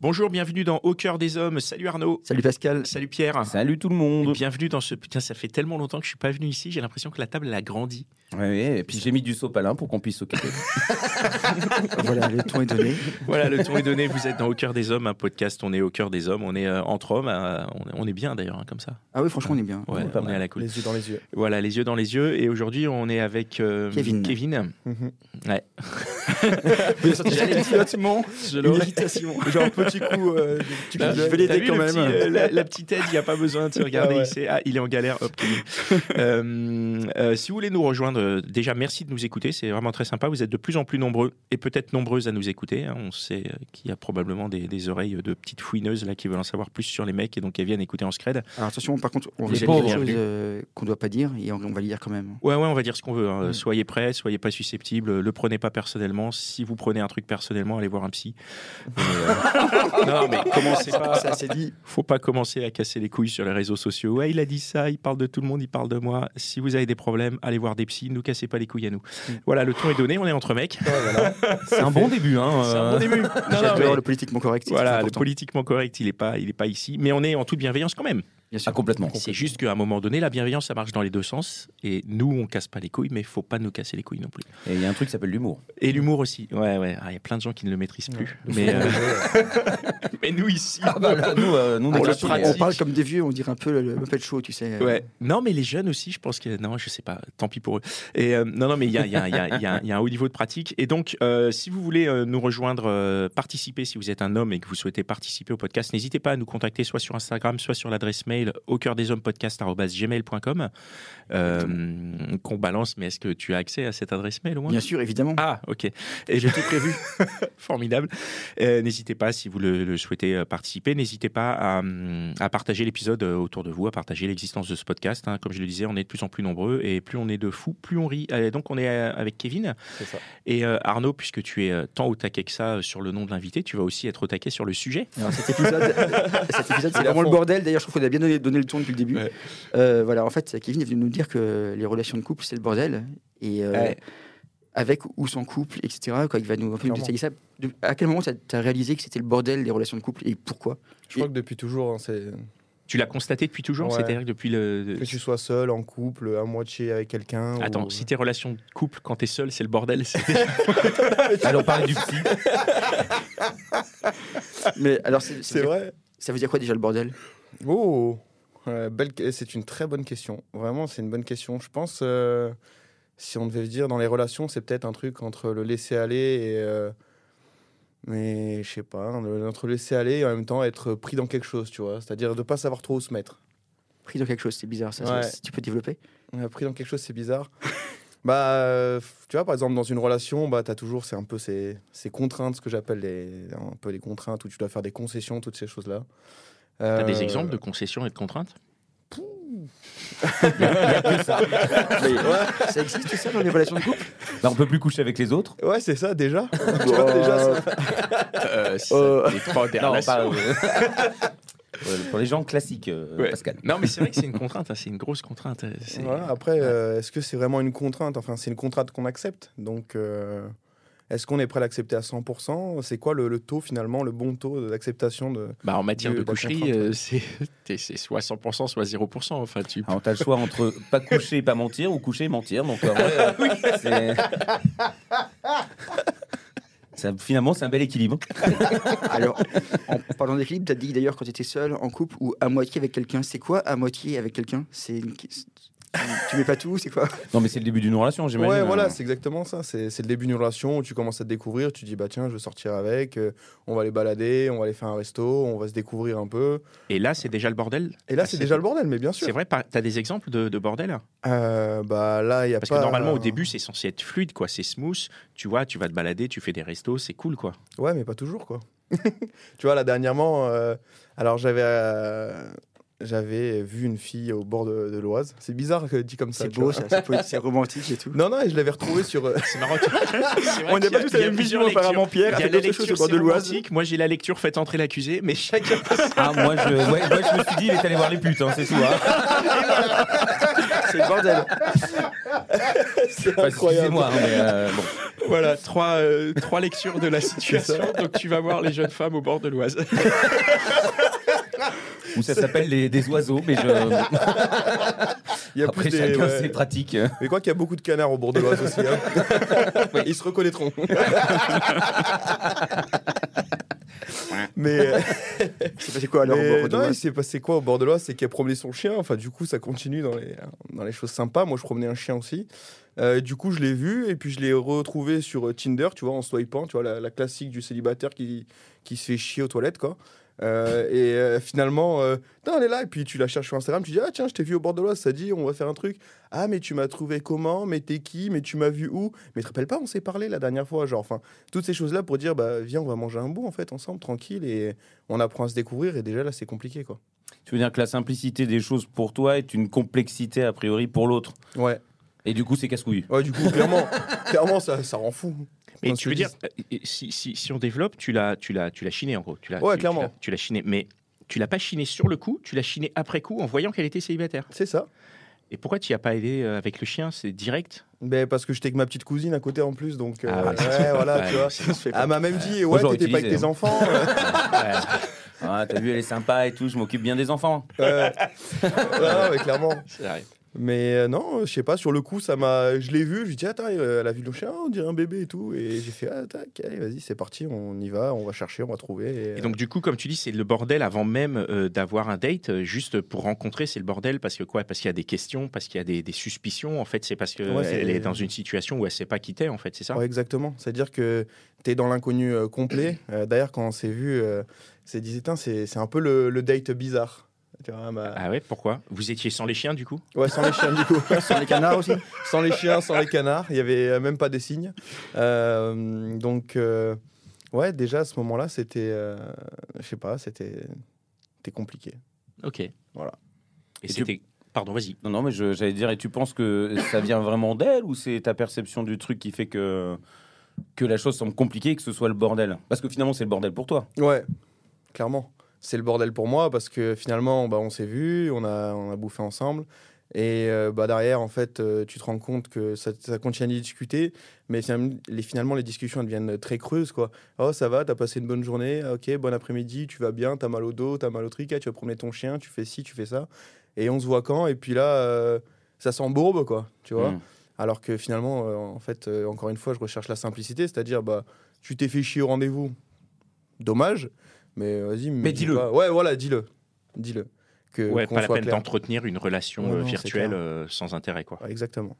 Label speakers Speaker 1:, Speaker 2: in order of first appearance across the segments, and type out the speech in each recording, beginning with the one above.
Speaker 1: Bonjour, bienvenue dans Au cœur des hommes. Salut Arnaud.
Speaker 2: Salut Pascal.
Speaker 1: Salut Pierre.
Speaker 2: Salut tout le monde.
Speaker 1: Et bienvenue dans ce putain, ça fait tellement longtemps que je suis pas venu ici, j'ai l'impression que la table elle a grandi.
Speaker 2: Ouais, ouais, et puis j'ai mis du sopalin pour qu'on puisse s'occuper. voilà, le ton est donné.
Speaker 1: Voilà, le tour est donné, vous êtes dans Au cœur des hommes, un podcast, on est au cœur des hommes, on est euh, entre hommes, euh, on, est, on est bien d'ailleurs hein, comme ça.
Speaker 3: Ah oui, franchement, on est bien.
Speaker 1: Ouais,
Speaker 2: Ouais, pas
Speaker 1: on est
Speaker 2: mal.
Speaker 1: à la cool.
Speaker 4: Les yeux dans les yeux.
Speaker 1: Voilà, les yeux dans les yeux et aujourd'hui, on est avec euh,
Speaker 3: Kevin.
Speaker 1: Kevin.
Speaker 4: Mhm.
Speaker 1: Ouais.
Speaker 4: J'allais flottement,
Speaker 1: Je
Speaker 4: l'aurais.
Speaker 1: L'hésitation.
Speaker 4: genre petit coup. euh, tu-
Speaker 1: Bah,
Speaker 4: je vais
Speaker 1: t'as
Speaker 4: l'aider
Speaker 1: vu
Speaker 4: quand
Speaker 1: le
Speaker 4: même.
Speaker 1: petit, euh, la, la petite aide, il n'y a pas besoin de se regarder.
Speaker 4: Ah ouais.
Speaker 1: il sait, ah, il est en galère. hop, Kevin. Euh, euh, si vous voulez nous rejoindre, euh, déjà, merci de nous écouter. C'est vraiment très sympa. Vous êtes de plus en plus nombreux et peut-être nombreuses à nous écouter. hein. On sait euh, qu'il y a probablement des, des oreilles de petites fouineuses là, qui veulent en savoir plus sur les mecs et donc elles viennent écouter en scred.
Speaker 3: Alors attention, par contre, on
Speaker 1: Les
Speaker 3: va dire
Speaker 1: pauvres.
Speaker 3: des choses euh, qu'on ne doit pas dire et on, on va les dire quand même.
Speaker 1: Ouais, ouais, on va dire ce qu'on veut.
Speaker 4: Mm.
Speaker 1: hein. Soyez prêts, soyez pas susceptibles, le prenez pas personnellement. Si vous prenez un truc personnellement, allez voir un psy. Mais, euh, non, mais commencez pas.
Speaker 4: Ça s'est dit.
Speaker 1: Faut pas commencer à casser les couilles sur les réseaux sociaux. Ouais, il a dit ça, il parle de tout le monde, il parle de moi. Si vous avez des problèmes, allez voir des psys, ne nous cassez pas les couilles à nous. Voilà, le ton est donné, on est entre mecs.
Speaker 2: C'est un bon début. Hein,
Speaker 1: C'est un bon
Speaker 2: euh.
Speaker 1: début. Non, non,
Speaker 3: J'adore
Speaker 1: mais
Speaker 3: le politiquement correct. c'est très
Speaker 1: Voilà, le
Speaker 3: important.
Speaker 1: politiquement correct, il est pas, il est pas ici, mais on est en toute bienveillance quand même.
Speaker 3: Bien
Speaker 2: Ah,
Speaker 3: sûr.
Speaker 2: complètement.
Speaker 1: C'est juste qu'à un moment donné, la bienveillance, ça marche dans les deux sens, et nous, on casse pas les couilles, mais faut pas nous casser les couilles non plus.
Speaker 2: Et il y a un truc qui s'appelle l'humour.
Speaker 1: Et l'humour aussi. Ouais, ouais. Ah, Il y a plein de gens qui ne le maîtrisent plus. Mais, euh, mais nous ici.
Speaker 2: nous, euh, nous, on est
Speaker 1: On la
Speaker 2: gentils,
Speaker 3: Attention,
Speaker 1: pratique.
Speaker 3: on parle comme des vieux, on dirait un peu le, le Muppet Show, tu sais.
Speaker 1: Ouais. Non, mais les jeunes aussi, je pense que. Non, je sais pas. Tant pis pour eux. Et euh, non, non, mais il y a, il y a- il y a- il y a- il y a un haut niveau de pratique. Et donc, euh, si vous voulez euh, nous rejoindre, euh, participer, si vous êtes un homme et que vous souhaitez participer au podcast, n'hésitez pas à nous contacter soit sur Instagram, soit sur l'adresse mail au cœur des hommes podcast.gmail.com Euh, qu'on balance. Mais est-ce que tu as accès à cette adresse mail au moins
Speaker 3: Bien sûr, évidemment.
Speaker 1: Ah, ok. Et je t'ai prévu. Formidable. Euh, n'hésitez pas, si vous le, le souhaitez, euh, participer. N'hésitez pas à, hum, à partager l'épisode euh, autour de vous, à partager l'existence de ce podcast. hein. Comme je le disais, on est de plus en plus nombreux et plus on est de fous, plus on rit. Euh, donc, on est euh, avec Kevin.
Speaker 4: C'est ça.
Speaker 1: Et euh, Arnaud, puisque tu es euh, tant au taquet que ça euh, sur le nom de l'invité, tu vas aussi être au taquet sur le sujet.
Speaker 3: Alors, cet épisode, cet épisode, c'est
Speaker 4: Il a
Speaker 3: vraiment le
Speaker 4: fond.
Speaker 3: bordel. D'ailleurs, je trouve qu'on a bien donné, donné le ton depuis le début.
Speaker 1: Ouais.
Speaker 3: Euh, voilà, en fait, Kevin est venu nous dire que les relations de couple, c'est le bordel. Et euh,
Speaker 1: Ouais.
Speaker 3: avec ou sans couple, etc. Quoi, il va nous, un peu nous
Speaker 4: Clairement.
Speaker 3: détailler ça. De- à quel moment tu as, réalisé que c'était le bordel, les relations de couple, et pourquoi
Speaker 4: Je crois que depuis toujours, hein, c'est
Speaker 1: Tu l'as constaté depuis toujours,
Speaker 4: Ouais.
Speaker 1: c'est-à-dire que depuis le.
Speaker 4: que tu sois seul, en couple, à moitié avec quelqu'un.
Speaker 1: Attends,
Speaker 4: ou... euh,
Speaker 1: si tes relations de couple quand t'es seul, c'est le bordel. c'est-
Speaker 2: Allons parler du psy.
Speaker 3: Mais alors, c'est-
Speaker 4: c'est vrai.
Speaker 3: ça veut dire quoi déjà le bordel
Speaker 4: Oh, euh, belle... que- c'est une très bonne question. Vraiment, c'est une bonne question. Je pense, euh, si on devait dire dans les relations, c'est peut-être un truc entre le laisser aller et. euh, Mais je sais pas, hein, le- entre le laisser aller et en même temps être pris dans quelque chose, tu vois. C'est-à-dire de pas savoir trop où se mettre.
Speaker 3: Pris dans quelque chose, c'est bizarre ça. ça,
Speaker 4: Ouais.
Speaker 3: si tu peux développer
Speaker 4: Euh, pris dans quelque chose, c'est bizarre. bah, euh, tu vois, par exemple, dans une relation, bah, tu as toujours c'est un peu ces, ces contraintes, ce que j'appelle les, un peu les contraintes, où tu dois faire des concessions, toutes ces choses-là.
Speaker 1: T'as
Speaker 4: Euh,
Speaker 1: des exemples de concessions et de contraintes
Speaker 3: Ça existe tout ça dans les relations de couple
Speaker 2: Bah, on peut plus coucher avec les autres.
Speaker 4: Ouais, c'est ça, déjà. tu vois, déjà, ça-
Speaker 2: Euh,
Speaker 1: Les trois
Speaker 2: non,
Speaker 1: relations.
Speaker 2: pas, euh, euh, pour les gens classiques, euh,
Speaker 1: Ouais.
Speaker 2: Pascal.
Speaker 1: Non, mais c'est vrai que c'est une contrainte, hein, c'est une grosse contrainte. euh, c'est-
Speaker 4: Voilà, après, euh, est-ce que c'est vraiment une contrainte Enfin, c'est une contrainte qu'on accepte. Donc, euh, est-ce qu'on est prêt à l'accepter à 100% C'est quoi le, le taux, finalement, le bon taux d'acceptation de...
Speaker 1: Bah, en matière
Speaker 4: Dieu,
Speaker 1: de
Speaker 4: la
Speaker 1: coucherie,
Speaker 4: contrainte,
Speaker 1: euh, c'est t'es- c'est soit 100%, soit 0%. Enfin, tu...
Speaker 4: Ah.
Speaker 2: Alors, t'as le choix entre pas coucher et pas mentir ou coucher et mentir. Donc, en vrai, euh, c'est- Ça, finalement, c'est un bel équilibre.
Speaker 3: Alors, en parlant d'équilibre, tu as dit d'ailleurs quand tu étais seul, en couple ou à moitié avec quelqu'un. C'est quoi à moitié avec quelqu'un C'est une- tu mets pas tout, c'est quoi
Speaker 2: Non, mais c'est le début d'une relation, j'imagine.
Speaker 4: Ouais, voilà,
Speaker 2: Euh,
Speaker 4: c'est exactement ça. C'est c'est le début d'une relation où tu commences à te découvrir. Tu dis, bah tiens, je veux sortir avec, euh, on va aller balader, on va aller faire un resto, on va se découvrir un peu.
Speaker 1: Et là, c'est déjà le bordel.
Speaker 4: Et là,
Speaker 1: Ah,
Speaker 4: c'est
Speaker 1: c'est-
Speaker 4: déjà le bordel, mais bien sûr.
Speaker 1: C'est vrai, par- t'as des exemples de, de bordel
Speaker 4: Euh, bah là, il y a
Speaker 1: Parce
Speaker 4: pas-
Speaker 1: que normalement, au début, c'est censé être fluide, quoi. C'est smooth. Tu vois, tu vas te balader, tu fais des restos, c'est cool, quoi.
Speaker 4: Ouais, mais pas toujours, quoi. tu vois, là, dernièrement, euh, alors j'avais euh, j'avais vu une fille au bord de, de l'Oise. C'est bizarre que dit comme ça.
Speaker 3: C'est
Speaker 4: tu
Speaker 3: beau,
Speaker 4: vois.
Speaker 3: ça, c'est poétique, c'est romantique et tout.
Speaker 4: Non, non, et je l'avais retrouvée sur. euh,
Speaker 1: C'est marrant. tu- c'est vrai
Speaker 3: On n'a
Speaker 1: qu'il y
Speaker 3: pas
Speaker 1: a-
Speaker 3: tous
Speaker 1: il y
Speaker 3: la
Speaker 1: a
Speaker 3: même
Speaker 1: plusieurs
Speaker 3: vision, apparemment,
Speaker 1: lectures.
Speaker 3: Pierre.
Speaker 4: Ah,
Speaker 1: Il y a
Speaker 3: Il
Speaker 1: la
Speaker 3: d'autres choses au
Speaker 1: lecture,
Speaker 3: bord
Speaker 1: c'est
Speaker 3: de l'Oise.
Speaker 1: romantique. Moi, j'ai la lecture, faites entrer l'accusé, mais chacun.
Speaker 2: Ah, moi je, ouais, moi, je me suis dit, il est allé voir les putes, hein, c'est tout. Hein.
Speaker 3: C'est le bordel.
Speaker 4: C'est
Speaker 2: Enfin,
Speaker 4: incroyable.
Speaker 2: Excusez-moi, hein, mais euh, bon.
Speaker 1: Voilà, trois, euh, trois lectures de la situation. Donc, tu vas voir les jeunes femmes au bord de l'Oise.
Speaker 2: Ou ça s'appelle les- des oiseaux, mais je...
Speaker 4: Il y a
Speaker 2: après
Speaker 4: plus des.
Speaker 2: chacun
Speaker 4: ouais.
Speaker 2: ses pratiques.
Speaker 4: Mais quoi qu'il y a beaucoup de canards au bord de l'Oise aussi. hein. Ils se reconnaîtront. mais. euh,
Speaker 3: C'est passé quoi alors au
Speaker 4: mais
Speaker 3: bord de
Speaker 4: non, il
Speaker 3: l'Oise
Speaker 4: s'est passé quoi au bord de l'Oise C'est qu'elle promenait son chien. Enfin, du coup, ça continue dans les, dans les choses sympas. Moi, je promenais un chien aussi. Euh, du coup, je l'ai vu et puis je l'ai retrouvé sur euh, Tinder, tu vois, en swipant, tu vois, la, la classique du célibataire qui, qui se fait chier aux toilettes, quoi. Euh, et euh, finalement, euh, Putain, elle est là, et puis tu la cherches sur Instagram, tu dis Ah, tiens, je t'ai vu au bord de l'Oise, ça dit, on va faire un truc. Ah, mais tu m'as trouvé comment Mais t'es qui Mais tu m'as vu où Mais tu te rappelles pas, on s'est parlé la dernière fois, genre, enfin, toutes ces choses-là pour dire Bah, viens, on va manger un bout, en fait, ensemble, tranquille, et on apprend à se découvrir, et déjà là, c'est compliqué, quoi.
Speaker 2: Tu veux dire que la simplicité des choses pour toi est une complexité a priori pour l'autre.
Speaker 4: Ouais,
Speaker 2: Et du coup, c'est casse-couille.
Speaker 4: ouais, du coup, clairement, clairement ça, ça rend fou.
Speaker 1: Mais
Speaker 4: Enfin,
Speaker 1: tu
Speaker 4: se
Speaker 1: veux dire,
Speaker 4: disent-
Speaker 1: euh, si, si- si on développe, tu l'as, tu l'as, tu l'as chiné en gros. Tu l'as,
Speaker 4: Ouais,
Speaker 1: tu- tu
Speaker 4: clairement.
Speaker 1: l'as- Tu l'as chiné, mais tu l'as pas chiné sur le coup. Tu l'as chiné après coup en voyant qu'elle était célibataire.
Speaker 4: C'est ça.
Speaker 1: Et pourquoi tu n'y as pas aidé euh, avec le chien C'est direct.
Speaker 4: Ben, parce que j'étais avec ma petite cousine à côté en plus, donc, euh,
Speaker 1: Ah, ouais, c'est
Speaker 4: ouais, voilà,
Speaker 1: Ouais,
Speaker 4: tu vois.
Speaker 1: c'est-
Speaker 3: fait pas.
Speaker 4: Elle m'a même dit
Speaker 2: Moi,
Speaker 4: Ouais,
Speaker 2: j'aurais
Speaker 4: t'étais pas avec
Speaker 2: utilisé,
Speaker 4: tes
Speaker 2: hein.
Speaker 4: enfants. euh,
Speaker 1: ouais.
Speaker 2: Ah, t'as vu, elle est sympa et tout, je m'occupe bien des enfants.
Speaker 4: euh, ouais. Ouais, ouais, clairement.
Speaker 1: C'est vrai.
Speaker 4: Mais euh, non, euh, je sais pas, sur le coup, ça m'a. Je l'ai vu, je lui ai dit, attends, euh, elle a vu le chien, on dirait un bébé et tout. Et j'ai fait, ah, tac, allez, vas-y, c'est parti, on y va, on va chercher, on va trouver.
Speaker 1: Et donc du coup, comme tu dis, c'est le bordel avant même euh, d'avoir un date, euh, juste pour rencontrer, c'est le bordel parce que quoi Parce qu'il y a des questions, parce qu'il y a des, des suspicions. En fait, c'est parce que
Speaker 4: Ouais, c'est-
Speaker 1: elle est dans une situation où elle sait pas qui t'es. En fait, c'est ça.
Speaker 4: Ouais, exactement. C'est-à-dire que tu es dans l'inconnu euh, complet. Euh, D'ailleurs, quand on s'est vu, euh, c'est disait, Tain, c'est c'est un peu le, le date bizarre. Tu vois, ma-
Speaker 1: Ah ouais, pourquoi Vous étiez sans les chiens du coup
Speaker 4: Ouais, sans les chiens, du coup.
Speaker 3: Sur les canards aussi
Speaker 4: sans les chiens, sans les canards, il n'y avait euh, même pas des signes. Euh, donc, euh, ouais, déjà, à ce moment-là, c'était. euh, je sais pas, c'était c'était compliqué.
Speaker 1: Ok.
Speaker 4: Voilà.
Speaker 1: Et,
Speaker 2: tu-
Speaker 1: c'était. Pardon, vas-y.
Speaker 2: Non, non, mais je- j'allais dire, et tu penses que ça vient vraiment d'elle ou c'est ta perception du truc qui fait que, que la chose semble compliquée et que ce soit le bordel Parce que finalement, c'est le bordel pour toi.
Speaker 4: Ouais, clairement. C'est le bordel pour moi parce que finalement, bah, on s'est vu, on a, on a bouffé ensemble. Et euh, bah, derrière, en fait, euh, tu te rends compte que ça, ça continue à discuter, mais finalement les, finalement, les discussions elles deviennent très creuses. Quoi. Oh, ça va, t'as passé une bonne journée, Ah, ok, bon après-midi, tu vas bien, t'as mal au dos, t'as mal au truc, ah, tu vas promener ton chien, tu fais ci, tu fais ça. Et on se voit quand Et puis là, euh, ça s'embourbe, quoi, tu vois.
Speaker 2: Mm.
Speaker 4: Alors que finalement, euh, en fait, euh, encore une fois, je recherche la simplicité, c'est-à-dire, bah, tu t'es fait chier au rendez-vous, dommage, mais euh, vas-y. me
Speaker 2: Mais
Speaker 4: dis
Speaker 2: dis-le.
Speaker 4: pas- Ouais, voilà, dis-le. Dis-le. Que,
Speaker 1: Ouais,
Speaker 4: qu'on
Speaker 1: pas la
Speaker 4: soit
Speaker 1: peine
Speaker 4: clair.
Speaker 1: d'entretenir une relation
Speaker 4: Non,
Speaker 1: euh,
Speaker 4: non, c'est
Speaker 1: virtuelle
Speaker 4: clair.
Speaker 1: euh, sans intérêt quoi.
Speaker 4: Ouais, exactement.
Speaker 1: Donc,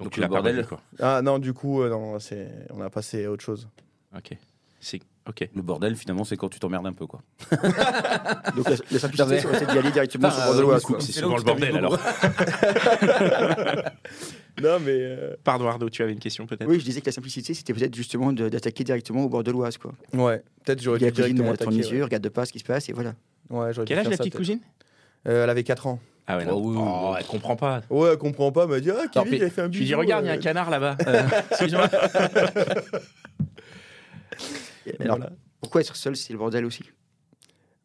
Speaker 2: Donc
Speaker 1: tu
Speaker 2: le
Speaker 1: l'as pas
Speaker 2: bordel.
Speaker 1: vendu, quoi.
Speaker 4: Ah non, du coup, euh, non, c'est- on a passé à autre chose.
Speaker 1: Ok. C'est ok.
Speaker 2: Le bordel, finalement, c'est quand tu t'emmerdes un peu, quoi.
Speaker 3: Donc la, la simplicité, ça aurait été d'y aller directement sur le bord de
Speaker 2: euh,
Speaker 3: l'Oise.
Speaker 2: oui,
Speaker 3: quoi.
Speaker 2: c'est-
Speaker 1: C'est
Speaker 2: là où
Speaker 1: souvent le
Speaker 2: tu t'amuses
Speaker 1: bordel alors.
Speaker 2: beaucoup.
Speaker 4: Non, mais. euh,
Speaker 1: Pardon Arnaud, tu avais une question peut-être.
Speaker 3: Oui, je disais que la simplicité, c'était peut-être justement de- d'attaquer directement au bord de l'Oise. quoi.
Speaker 4: Ouais, peut-être j'aurais
Speaker 3: Il y a
Speaker 4: dû
Speaker 3: la cuisine
Speaker 4: directement
Speaker 3: à ton
Speaker 4: attaquer. ouais.
Speaker 3: mesure, regarde pas ce qui se passe, et voilà.
Speaker 4: Ouais, j'aurais dû
Speaker 1: Quel âge
Speaker 4: faire
Speaker 1: la
Speaker 4: ça,
Speaker 1: petite
Speaker 4: peut-être.
Speaker 1: cousine
Speaker 4: Euh, Elle avait 4 ans.
Speaker 1: Ah ouais, non.
Speaker 2: Oh, oui, oui,
Speaker 1: Oh,
Speaker 2: oui. Ah,
Speaker 1: elle comprend pas.
Speaker 4: Ouais, elle comprend pas, elle m'a dit Ah,
Speaker 2: Alors,
Speaker 4: Kevin,
Speaker 2: puis-
Speaker 4: il a fait un
Speaker 1: Tu
Speaker 4: bisou.
Speaker 1: lui dis regarde, il y a un
Speaker 4: euh.
Speaker 1: canard là-bas. Excuse-moi.
Speaker 3: Et alors,
Speaker 4: Voilà.
Speaker 3: pourquoi être seul, c'est le bordel aussi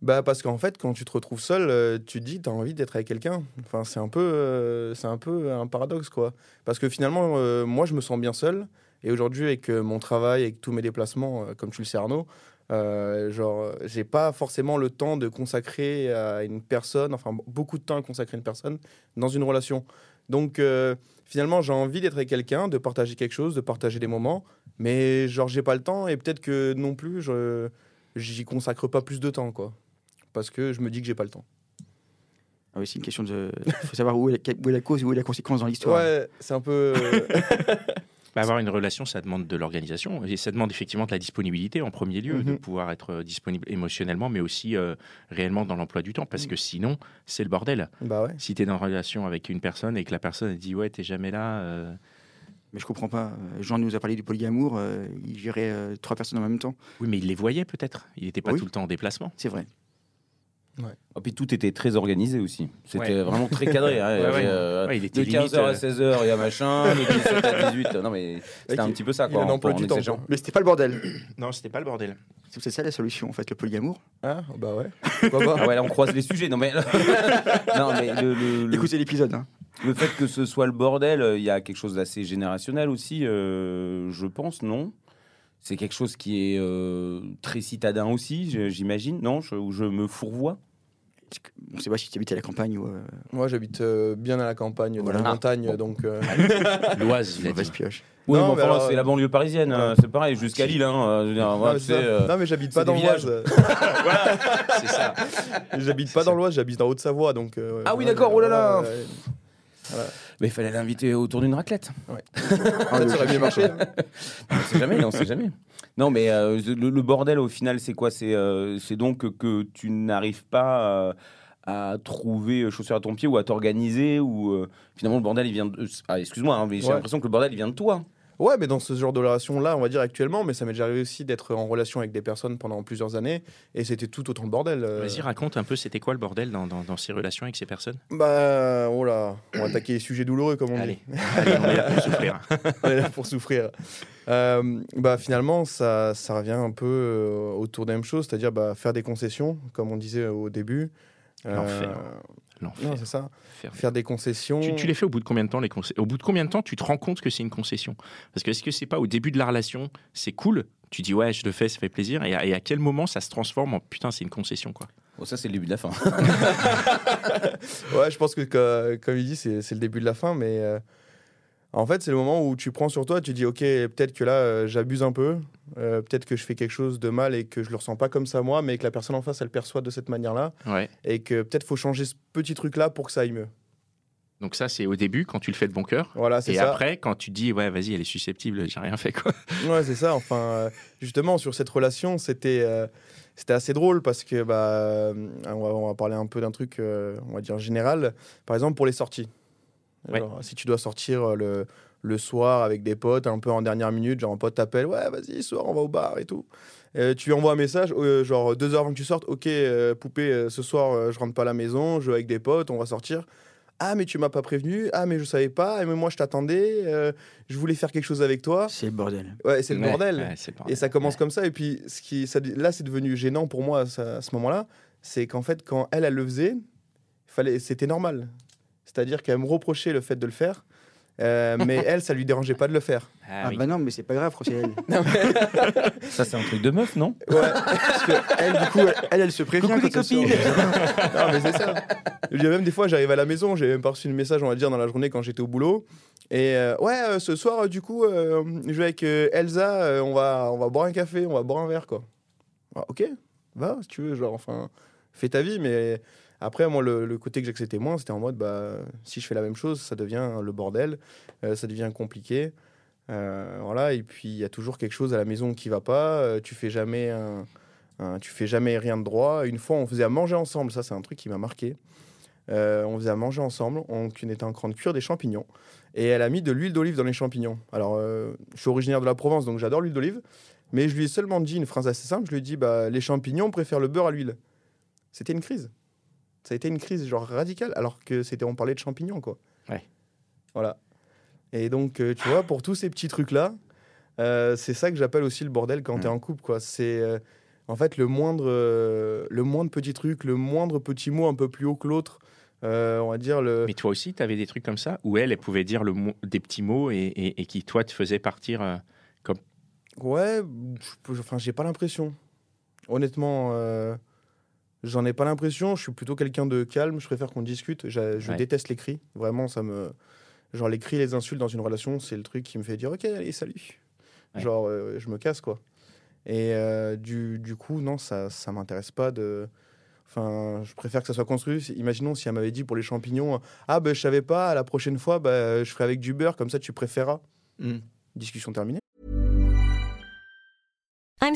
Speaker 4: Bah parce qu'en fait, quand tu te retrouves seul, euh, tu te dis, t'as envie d'être avec quelqu'un. Enfin, c'est un peu, euh, c'est un peu un paradoxe, quoi. Parce que finalement, euh, moi, je me sens bien seul. Et aujourd'hui, avec euh, mon travail, avec tous mes déplacements, euh, comme tu le sais, Arnaud, euh, genre, euh, j'ai pas forcément le temps de consacrer à une personne, enfin, beaucoup de temps à consacrer à une personne dans une relation. Donc, euh, finalement, j'ai envie d'être avec quelqu'un, de partager quelque chose, de partager des moments. Mais genre, j'ai pas le temps. Et peut-être que non plus, je j'y consacre pas plus de temps, quoi parce que je me dis que j'ai pas le temps.
Speaker 3: Ah oui, c'est une question de. Il faut savoir où est, la, où est la cause et où est la conséquence dans l'histoire.
Speaker 4: Ouais, c'est un peu. euh,
Speaker 1: Bah, avoir une relation, ça demande de l'organisation et ça demande effectivement de la disponibilité en premier lieu, de
Speaker 4: Mhm.
Speaker 1: pouvoir être euh, disponible émotionnellement, mais aussi euh, réellement dans l'emploi du temps, parce
Speaker 2: Mhm.
Speaker 1: que sinon, c'est le bordel.
Speaker 4: bah ouais.
Speaker 1: Si tu es dans une relation avec une personne et que la personne elle dit ouais, t'es jamais là, euh,
Speaker 3: Mais je comprends pas. Euh, Jean nous a parlé du polyamour. euh, il gérait euh, trois personnes en même temps.
Speaker 1: oui, mais il les voyait peut-être. Il n'était pas
Speaker 3: Oui.
Speaker 1: tout le temps en déplacement.
Speaker 3: C'est vrai.
Speaker 2: Et Ah, puis tout était très organisé aussi. C'était
Speaker 1: Ouais.
Speaker 2: vraiment très cadré. hein. Il y
Speaker 1: Ouais,
Speaker 2: avait,
Speaker 1: ouais.
Speaker 2: euh,
Speaker 1: Ouais, il était
Speaker 2: de
Speaker 1: limite,
Speaker 2: 15h
Speaker 1: euh,
Speaker 2: à 16h, il y a machin. De 17 à 18. Non, mais c'était
Speaker 4: Ouais,
Speaker 2: un
Speaker 4: qui-
Speaker 2: petit peu ça,
Speaker 4: Il a
Speaker 2: quoi.
Speaker 4: un
Speaker 2: en-
Speaker 4: emploi
Speaker 2: en
Speaker 4: du temps.
Speaker 2: exigeant.
Speaker 4: quoi.
Speaker 3: Mais c'était pas le bordel.
Speaker 1: Non, c'était pas le bordel.
Speaker 3: C'est c'est ça la solution, en fait, le polyamour.
Speaker 4: Ah, bah ouais. Pourquoi pas
Speaker 2: Ah ouais, là, on croise les sujets. Non, mais, non, mais le, le- le-
Speaker 3: Écoutez l'épisode. hein.
Speaker 2: le fait que ce soit le bordel, euh, il y a quelque chose d'assez générationnel aussi, euh, je pense, non C'est quelque chose qui est euh, très citadin aussi, je- j'imagine, non je, Ou je me fourvoie
Speaker 3: Parce que- On ne sait pas si tu habites à la campagne ou. euh,
Speaker 4: Moi, j'habite euh, bien à la campagne, dans
Speaker 3: Voilà.
Speaker 4: la
Speaker 3: Ah,
Speaker 4: montagne, donc. euh,
Speaker 1: L'Oise, il a
Speaker 3: mauvaise
Speaker 1: dit.
Speaker 3: pioche.
Speaker 2: Oui,
Speaker 4: Non,
Speaker 2: mais
Speaker 4: mais
Speaker 2: enfin,
Speaker 4: alors,
Speaker 2: c'est la banlieue parisienne, euh, c'est pareil, jusqu'à Lille. Hein, euh, je veux dire,
Speaker 4: non,
Speaker 2: voilà,
Speaker 4: mais
Speaker 2: tu sais,
Speaker 4: c'est ça.
Speaker 2: euh,
Speaker 4: Non, mais j'habite
Speaker 2: c'est
Speaker 4: pas
Speaker 2: des
Speaker 4: dans l'Oise.
Speaker 1: C'est ça.
Speaker 4: j'habite pas dans l'Oise, j'habite en Haute-Savoie, donc. euh,
Speaker 2: Ah oui,
Speaker 4: voilà,
Speaker 2: d'accord, oh là là.
Speaker 4: ouais, ouais.
Speaker 2: Mais il fallait l'inviter autour d'une raclette.
Speaker 4: Ah, ça aurait bien marché. hein.
Speaker 2: On sait jamais, on sait jamais. Non, mais euh, le, le bordel, au final, c'est quoi C'est euh, c'est donc que tu n'arrives pas euh, à trouver chaussure à ton pied ou à t'organiser ou euh, finalement le bordel il vient de. Ah, excuse-moi, hein, mais j'ai
Speaker 4: Ouais.
Speaker 2: l'impression que le bordel il vient de toi.
Speaker 4: Ouais, mais dans ce genre de relation-là, on va dire actuellement, mais ça m'est déjà arrivé aussi d'être en relation avec des personnes pendant plusieurs années, et c'était tout autant le bordel. euh.
Speaker 1: Vas-y, raconte un peu, c'était quoi le bordel dans, dans- dans ces relations avec ces personnes
Speaker 4: Bah, oh là, on va attaquer les sujets douloureux, comme on dit.
Speaker 1: Allez, Allez, on est là pour souffrir. hein.
Speaker 4: on est là pour souffrir. Euh, bah, finalement, ça, ça revient un peu euh, autour des mêmes choses, c'est-à-dire bah, faire des concessions, comme on disait au début. Euh,
Speaker 1: L'enfer.
Speaker 4: non,
Speaker 1: L'enfer.
Speaker 4: c'est ça.
Speaker 1: Faire-
Speaker 4: Faire des concessions.
Speaker 1: Tu, tu les fais au bout de combien de temps les concessions Au bout de combien de temps tu te rends compte que c'est une concession Parce que est-ce que c'est pas au début de la relation, c'est cool, tu dis ouais, je le fais, ça fait plaisir, et à, et à quel moment ça se transforme en putain, c'est une concession quoi
Speaker 2: Bon, ça, c'est le début de la fin.
Speaker 4: Ouais, je pense que, que- comme il dit, c'est c'est le début de la fin, mais euh, en fait, c'est le moment où tu prends sur toi, tu dis, ok, peut-être que là, euh, j'abuse un peu, euh, peut-être que je fais quelque chose de mal et que je le ressens pas comme ça moi, mais que la personne en face, elle perçoit de cette manière-là,
Speaker 1: Ouais.
Speaker 4: et que peut-être faut changer ce petit truc-là pour que ça aille mieux.
Speaker 1: Donc ça, c'est au début quand tu le fais de bon cœur.
Speaker 4: Voilà, c'est
Speaker 1: Et
Speaker 4: ça.
Speaker 1: après, quand tu dis ouais, vas-y, elle est susceptible, j'ai rien fait quoi.
Speaker 4: Ouais, c'est ça. Enfin, euh, justement, sur cette relation, c'était euh, c'était assez drôle parce que, bah, euh, on, va, on va parler un peu d'un truc, euh, on va dire général. Par exemple, pour les sorties.
Speaker 1: Ouais.
Speaker 4: Alors, si tu dois sortir euh, le, le soir avec des potes, un peu en dernière minute, genre un pote t'appelle, ouais, vas-y, soir, on va au bar et tout. Euh, tu lui envoies un message, euh, genre deux heures avant que tu sortes, ok, euh, poupée, euh, ce soir, euh, je rentre pas à la maison, je vais avec des potes, on va sortir. Ah, mais tu m'as pas prévenu, ah, mais je savais pas, Ah, mais moi je t'attendais, euh, je voulais faire quelque chose avec toi.
Speaker 3: C'est le bordel.
Speaker 4: Ouais, c'est le
Speaker 1: Ouais,
Speaker 4: bordel.
Speaker 1: ouais, c'est le bordel.
Speaker 4: Et ça commence comme ça. Et puis, ce qui, ça, là, c'est devenu gênant pour moi à ça- à ce moment-là. C'est qu'en fait, quand elle, elle le faisait, fallait, c'était normal. C'est-à-dire qu'elle me reprochait le fait de le faire. euh, mais elle, ça lui dérangeait pas de le faire.
Speaker 1: Ah
Speaker 3: Ah,
Speaker 1: oui.
Speaker 3: bah non, mais c'est pas grave, c'est elle.
Speaker 2: ça, c'est un truc de meuf, non
Speaker 3: Parce que elle, du coup, elle, elle, elle se prévient.
Speaker 2: Coucou les
Speaker 3: quand elle sort.
Speaker 4: Non, mais c'est ça. Je veux dire, même des fois, j'arrive à la maison, j'ai même pas reçu de message, on va dire, dans la journée quand j'étais au boulot. Et euh, ouais, euh, ce soir, euh, du coup, euh, je vais avec euh, Elsa, euh, on, va, on va boire un café, on va boire un verre, quoi. Ah, ok, va, si tu veux, genre, enfin, fais ta vie, mais après, moi, le, le côté que j'acceptais moins, c'était en mode, bah, si je fais la même chose, ça devient le bordel, euh, ça devient compliqué. Euh, voilà, et puis il y a toujours quelque chose à la maison qui va pas, euh, tu fais jamais un, Hein, tu fais jamais rien de droit. Une fois, on faisait à manger ensemble. Ça, c'est un truc qui m'a marqué. Euh, on faisait à manger ensemble. On on était en train de cuire des champignons. Et elle a mis de l'huile d'olive dans les champignons. Alors, euh, je suis originaire de la Provence, donc j'adore l'huile d'olive. Mais je lui ai seulement dit une phrase assez simple. Je lui ai dit bah, Les champignons préfèrent le beurre à l'huile. C'était une crise. Ça a été une crise, genre radicale, alors que c'était on parlait de champignons, quoi.
Speaker 1: Ouais.
Speaker 4: Voilà. Et donc, euh, tu vois, pour tous ces petits trucs-là, euh, c'est ça que j'appelle aussi le bordel quand
Speaker 2: Mm.
Speaker 4: t'es en couple, quoi. C'est. euh, en fait, le moindre, euh, le moindre petit truc, le moindre petit mot un peu plus haut que l'autre, euh, on va dire le.
Speaker 1: Mais toi aussi, tu avais des trucs comme ça où elle, elle pouvait dire le mot- des petits mots et, et- et qui toi te faisait partir. euh,
Speaker 4: Ouais, je peux- enfin, j'ai pas l'impression. Honnêtement, euh, j'en ai pas l'impression. Je suis plutôt quelqu'un de calme. Je préfère qu'on discute. J'a- Je
Speaker 1: Ouais.
Speaker 4: déteste les cris. Vraiment, ça me. Genre, les cris, les insultes dans une relation, c'est le truc qui me fait dire Ok, allez, salut.
Speaker 1: Ouais.
Speaker 4: Genre, euh, je me casse, quoi. Et euh, du, du coup, non, ça, ça m'intéresse pas de. Enfin, je préfère que ça soit construit. Si- Imaginons si elle m'avait dit pour les champignons, euh, ah ben je savais pas, la prochaine fois bah, je ferai avec du beurre, comme ça tu préféreras.
Speaker 1: Mm.
Speaker 4: Discussion terminée.
Speaker 5: I'm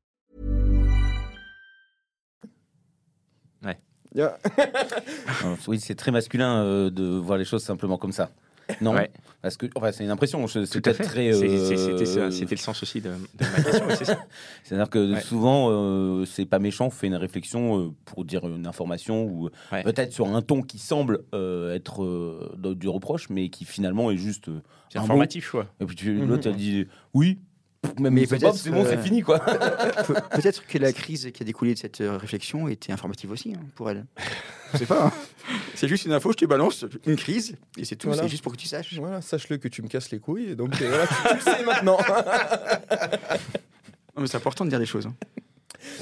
Speaker 4: Yeah.
Speaker 2: Euh, Oui, c'est très masculin euh, de voir les choses simplement comme ça. Non,
Speaker 1: Ouais.
Speaker 2: parce que enfin, c'est une impression. je- C'est
Speaker 1: Tout à
Speaker 2: peut-être
Speaker 1: fait.
Speaker 2: très.
Speaker 1: C'est-
Speaker 2: euh,
Speaker 1: c'est- C'était ça- c'était le sens aussi de, de ma question. et c'est ça.
Speaker 2: C'est-à-dire que
Speaker 1: Ouais.
Speaker 2: souvent, euh, c'est pas méchant, on fait une réflexion euh, pour dire une information ou euh,
Speaker 1: Ouais.
Speaker 2: peut-être sur un ton qui semble euh, être euh, de- du reproche, mais qui finalement est juste euh,
Speaker 1: C'est
Speaker 2: un
Speaker 1: informatif, quoi.
Speaker 2: mot. Et puis tu-
Speaker 4: Mhm.
Speaker 2: l'autre, elle dit oui, Pff, même
Speaker 3: Mais
Speaker 2: il sait pas,
Speaker 3: peut-être,
Speaker 2: c'est bon,
Speaker 3: euh,
Speaker 2: c'est fini quoi.
Speaker 3: Pe- Peut-être que la crise qui a découlé de cette euh, réflexion était informative aussi hein, pour elle. Je sais pas. hein. C'est juste une info, je te balance une crise et c'est tout.
Speaker 4: Voilà.
Speaker 3: C'est juste pour que tu saches.
Speaker 4: voilà, sache-le que tu me casses les couilles, et donc euh, voilà, tu, tu le sais maintenant.
Speaker 3: Non, mais c'est important de dire les choses. hein.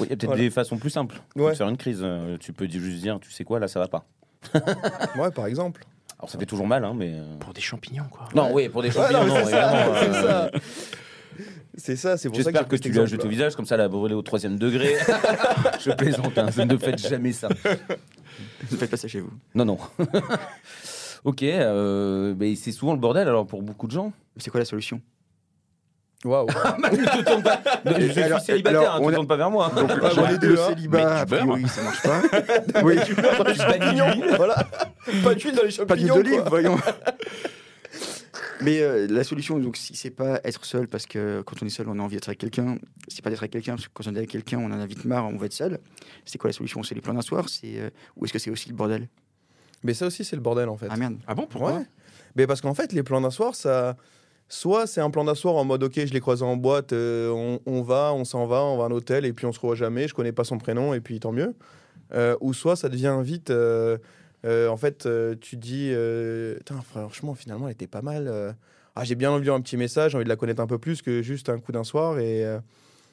Speaker 2: Oui, Il y a peut-être
Speaker 4: Voilà.
Speaker 2: des façons plus simples
Speaker 4: Ouais.
Speaker 2: de faire une crise. euh, Tu peux juste dire, tu sais quoi, là ça va pas.
Speaker 4: ouais, par exemple.
Speaker 2: Alors ça fait toujours mal, hein, mais. euh,
Speaker 1: Pour des champignons, quoi.
Speaker 2: Non, oui, pour des choses
Speaker 4: Ouais, non, mais c'est ça,
Speaker 2: évidemment.
Speaker 4: c'est
Speaker 2: euh,
Speaker 4: ça. C'est ça, c'est pour ça que
Speaker 2: J'espère
Speaker 4: j'ai
Speaker 2: que
Speaker 4: pris
Speaker 2: tu
Speaker 4: cet
Speaker 2: lui as jeté au
Speaker 4: exemple-là.
Speaker 2: visage, comme ça elle a brûlé au troisième degré. je plaisante, hein, ne faites jamais ça.
Speaker 3: Ne faites pas ça chez vous.
Speaker 2: Non, non. ok, euh, mais c'est souvent le bordel alors pour beaucoup de gens.
Speaker 3: Mais c'est quoi la solution
Speaker 4: Waouh.
Speaker 2: Je suis
Speaker 3: Bah, alors,
Speaker 2: célibataire,
Speaker 3: alors,
Speaker 2: hein,
Speaker 3: on
Speaker 2: tu ne
Speaker 3: a-
Speaker 2: tournes pas vers moi. hein.
Speaker 4: Ah, bon, les deux,
Speaker 3: le
Speaker 4: hein.
Speaker 3: célibat, a priori, ça marche pas. oui,
Speaker 2: Je bannis lui.
Speaker 4: voilà. Pas d'huile dans les
Speaker 3: pas d'huile
Speaker 4: champignons.
Speaker 3: d'olive,
Speaker 4: quoi.
Speaker 3: voyons. Mais euh, la solution, donc, si c'est pas être seul, parce que quand on est seul, on a envie d'être avec quelqu'un. C'est pas d'être avec quelqu'un, parce que quand on est avec quelqu'un, on en a vite marre, on veut être seul. C'est quoi la solution C'est les plans d'un soir C'est euh, ou est-ce que c'est aussi le bordel
Speaker 4: Mais ça aussi, c'est le bordel en fait.
Speaker 3: Ah merde.
Speaker 1: Ah bon, pourquoi
Speaker 4: Ouais. Mais parce qu'en fait, les plans d'un soir, ça. Soit c'est un plan d'un soir en mode ok, je l'ai croisé en boîte, euh, on, on va, on s'en va, on va à un hôtel et puis on se revoit jamais, je connais pas son prénom et puis tant mieux. Euh, ou soit ça devient vite, euh, euh, en fait, euh, tu dis, euh, Tain, franchement, finalement, elle était pas mal. euh. Ah, j'ai bien envie de lui envoyer un petit message, j'ai envie de la connaître un peu plus que juste un coup d'un soir. Et, euh,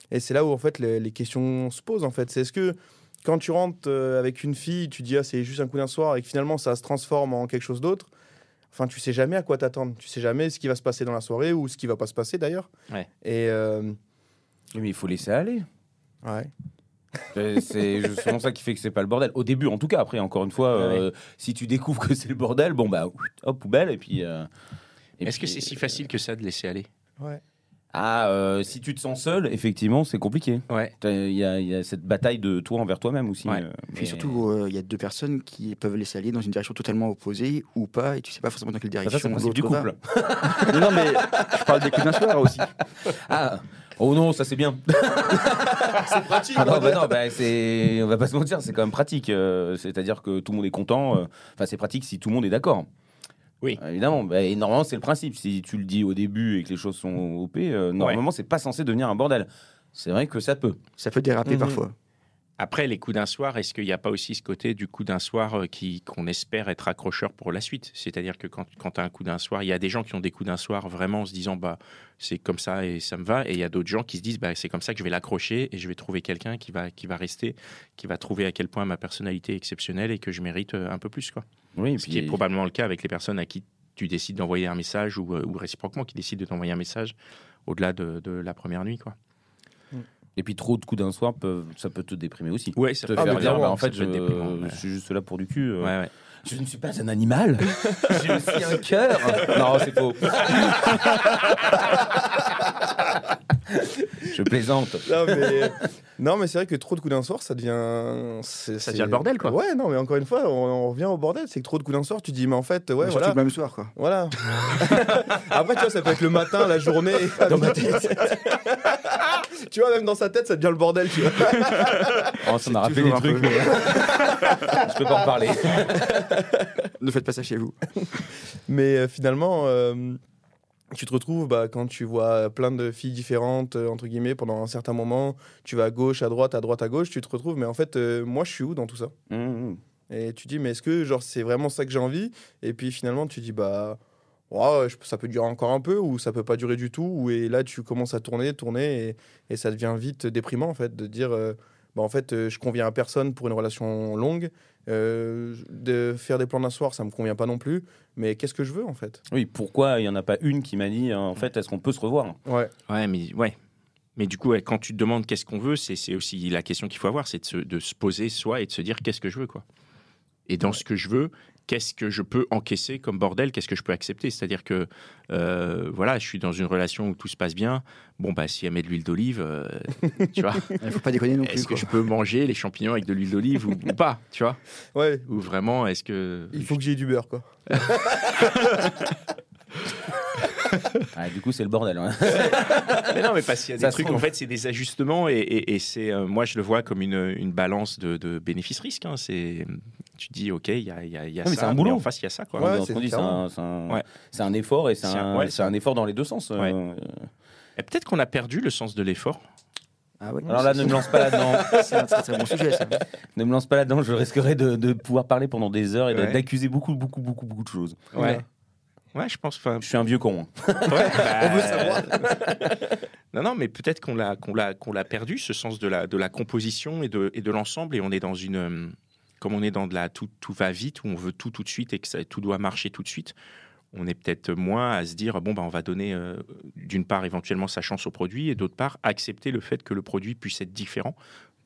Speaker 4: et c'est là où en fait les, les questions se posent en fait. C'est est-ce que quand tu rentres euh, avec une fille, tu dis ah c'est juste un coup d'un soir et que finalement ça se transforme en quelque chose d'autre. Enfin, tu sais jamais à quoi t'attendre. Tu sais jamais ce qui va se passer dans la soirée ou ce qui va pas se passer d'ailleurs.
Speaker 1: Ouais.
Speaker 4: Et euh,
Speaker 2: Mais il faut laisser aller.
Speaker 4: ouais.
Speaker 2: C'est- C'est justement ça qui fait que c'est pas le bordel. Au début, en tout cas, après, encore une fois, euh, si tu découvres que c'est le bordel, bon bah, hop, poubelle, et puis. euh, et
Speaker 1: Est-ce que
Speaker 2: puis- euh,
Speaker 1: c'est si facile que ça de laisser aller
Speaker 4: ouais.
Speaker 2: Ah, euh, si tu te sens seul, effectivement, c'est compliqué.
Speaker 1: Ouais.
Speaker 2: T'as- Il y, a- il y a cette bataille de toi envers toi-même aussi.
Speaker 1: Ouais.
Speaker 2: euh,
Speaker 3: Puis
Speaker 2: mais-
Speaker 3: surtout, euh, il y a deux personnes qui peuvent laisser aller dans une direction totalement opposée ou pas, et tu sais pas forcément dans quelle
Speaker 2: Ah, ça,
Speaker 1: hein.
Speaker 3: direction
Speaker 2: c'est le principe
Speaker 3: l'autre
Speaker 2: du
Speaker 3: va.
Speaker 2: couple.
Speaker 3: Non, non, mais je parle des coups d'un soir aussi.
Speaker 2: Ah, oh non, ça c'est bien.
Speaker 1: Ah,
Speaker 4: C'est pratique.
Speaker 2: Ah non, bah non, bah c'est, on va pas se mentir, c'est quand même pratique. euh, c'est-à-dire que tout le monde est content. euh, Enfin, c'est pratique si tout le monde est d'accord.
Speaker 1: Oui.
Speaker 2: Euh, évidemment. Bah, et normalement, c'est le principe. Si tu le dis au début et que les choses sont OP, euh, normalement, c'est pas censé devenir un bordel. C'est vrai que ça peut.
Speaker 3: Ça peut déraper
Speaker 4: Mhm.
Speaker 3: parfois.
Speaker 1: Après, les coups d'un soir, est-ce qu'il n'y a pas aussi ce côté du coup d'un soir euh, qui qu'on espère être accrocheur pour la suite C'est-à-dire que quand, quand tu as un coup d'un soir, il y a des gens qui ont des coups d'un soir vraiment en se disant bah c'est comme ça et ça me va, et il y a d'autres gens qui se disent bah c'est comme ça que je vais l'accrocher et je vais trouver quelqu'un qui va qui va rester, qui va trouver à quel point ma personnalité est exceptionnelle et que je mérite euh, un peu plus quoi.
Speaker 2: Oui,
Speaker 1: Ce qui est probablement le cas avec les personnes à qui tu décides d'envoyer un message ou, euh, ou réciproquement qui décident de t'envoyer un message au-delà de, de la première nuit quoi.
Speaker 2: Et puis trop de coups d'un soir, peuvent- ça peut te déprimer aussi.
Speaker 1: Ouais, ça
Speaker 2: Te
Speaker 4: Ah,
Speaker 2: faire
Speaker 4: mais
Speaker 2: dire,
Speaker 4: clairement,
Speaker 2: bah, en fait, je,
Speaker 1: ça peut être déprimant, ouais.
Speaker 2: je suis juste là pour du cul. euh,
Speaker 1: Ouais, ouais.
Speaker 2: Je ne suis pas un animal. J'ai aussi un cœur. Non, c'est faux. Je plaisante.
Speaker 4: Non mais, non, mais c'est vrai que trop de coups d'un soir, ça devient. c'est-
Speaker 1: Ça
Speaker 4: c'est-
Speaker 1: devient le bordel, quoi.
Speaker 4: Ouais, non, mais encore une fois, on, on revient au bordel. C'est que trop de coups d'un soir, tu dis, mais en fait, ouais,
Speaker 3: Mais
Speaker 4: voilà.
Speaker 3: Surtout le même soir, quoi.
Speaker 4: Voilà. Après, tu vois, ça peut être le matin, la journée. Dans ma tête. tu vois, même dans sa tête, ça devient le bordel, tu vois.
Speaker 2: Oh, ça m'a rappelé des
Speaker 3: toujours un
Speaker 2: trucs,
Speaker 3: peu-
Speaker 2: mais je peux pas en parler.
Speaker 3: Ne faites pas ça chez vous.
Speaker 4: Mais euh, finalement, euh, tu te retrouves bah, quand tu vois plein de filles différentes, euh, entre guillemets, pendant un certain moment, tu vas à gauche, à droite, à droite, à gauche, tu te retrouves, mais en fait, euh, moi, je suis où dans tout ça
Speaker 2: Mmh, mmh.
Speaker 4: Et tu dis, mais est-ce que genre c'est vraiment ça que j'ai envie Et puis finalement, tu dis, bah, ouah, je- ça peut durer encore un peu, ou ça peut pas durer du tout, ou et là, tu commences à tourner, tourner, et, et ça devient vite déprimant, en fait, de dire, euh, bah, en fait, euh, je conviens à personne pour une relation longue, Euh, de faire des plans d'un soir, ça me convient pas non plus, mais qu'est-ce que je veux, en fait
Speaker 2: Oui, pourquoi il n'y en a pas une qui m'a dit, euh, en fait, est-ce qu'on peut se revoir
Speaker 4: Ouais,
Speaker 1: Ouais, mais ouais. Mais du coup, ouais, quand tu te demandes qu'est-ce qu'on veut, c'est c'est aussi la question qu'il faut avoir, c'est de se, de se poser soi et de se dire qu'est-ce que je veux, quoi. Et dans ce que je veux, qu'est-ce que je peux encaisser comme bordel, qu'est-ce que je peux accepter C'est-à-dire que, euh, voilà, je suis dans une relation où tout se passe bien. Bon, bah, si elle met de l'huile d'olive, euh, tu vois,
Speaker 3: Il faut pas déconner non plus.
Speaker 1: est-ce que
Speaker 3: quoi.
Speaker 1: je peux manger les champignons avec de l'huile d'olive ou, ou pas, tu vois
Speaker 4: ouais,
Speaker 1: Ou vraiment, est-ce que...
Speaker 4: il faut que j'ai du beurre, quoi.
Speaker 2: Ah, Du coup, c'est le bordel. hein.
Speaker 1: Mais non, mais parce qu'il y a
Speaker 2: Ça
Speaker 1: des
Speaker 2: se
Speaker 1: trucs,
Speaker 2: trouve.
Speaker 1: en fait, c'est des ajustements et, et- et c'est, euh, moi, je le vois comme une, une balance de, de bénéfice-risque. hein. C'est, tu te dis, OK, il y a, il y a- il y a
Speaker 2: Non, mais
Speaker 1: ça,
Speaker 2: c'est un boulot.
Speaker 1: en face, il y a ça, quoi.
Speaker 4: Ouais,
Speaker 2: On dit-
Speaker 4: c'est
Speaker 2: on dit, c'est
Speaker 4: clairement.
Speaker 2: un, c'est un-
Speaker 1: Ouais.
Speaker 2: c'est un effort et c'est
Speaker 1: C'est un-
Speaker 2: un,
Speaker 1: ouais,
Speaker 2: c'est un effort dans les deux sens. euh.
Speaker 1: Et peut-être qu'on a perdu le sens de l'effort.
Speaker 3: Ah ouais,
Speaker 2: Alors là, ne me lance pas là-dedans.
Speaker 3: c'est un très très bon sujet ça.
Speaker 2: Ne me lance pas là-dedans, je risquerais de, de pouvoir parler pendant des heures et de-
Speaker 1: Ouais.
Speaker 2: d'accuser beaucoup, beaucoup, beaucoup, beaucoup de choses.
Speaker 1: Ouais. Ouais, je pense. enfin,
Speaker 2: Je suis un vieux con. hein.
Speaker 1: On veut savoir. bah, non, non, mais peut-être qu'on l'a, qu'on l'a, qu'on l'a perdu, ce sens de la, de la composition et de, et de l'ensemble, et on est dans une, euh, comme on est dans de la tout, tout va vite, où on veut tout tout de suite et que ça, tout doit marcher tout de suite. On est peut-être moins à se dire bon bah on va donner euh, d'une part éventuellement sa chance au produit et d'autre part accepter le fait que le produit puisse être différent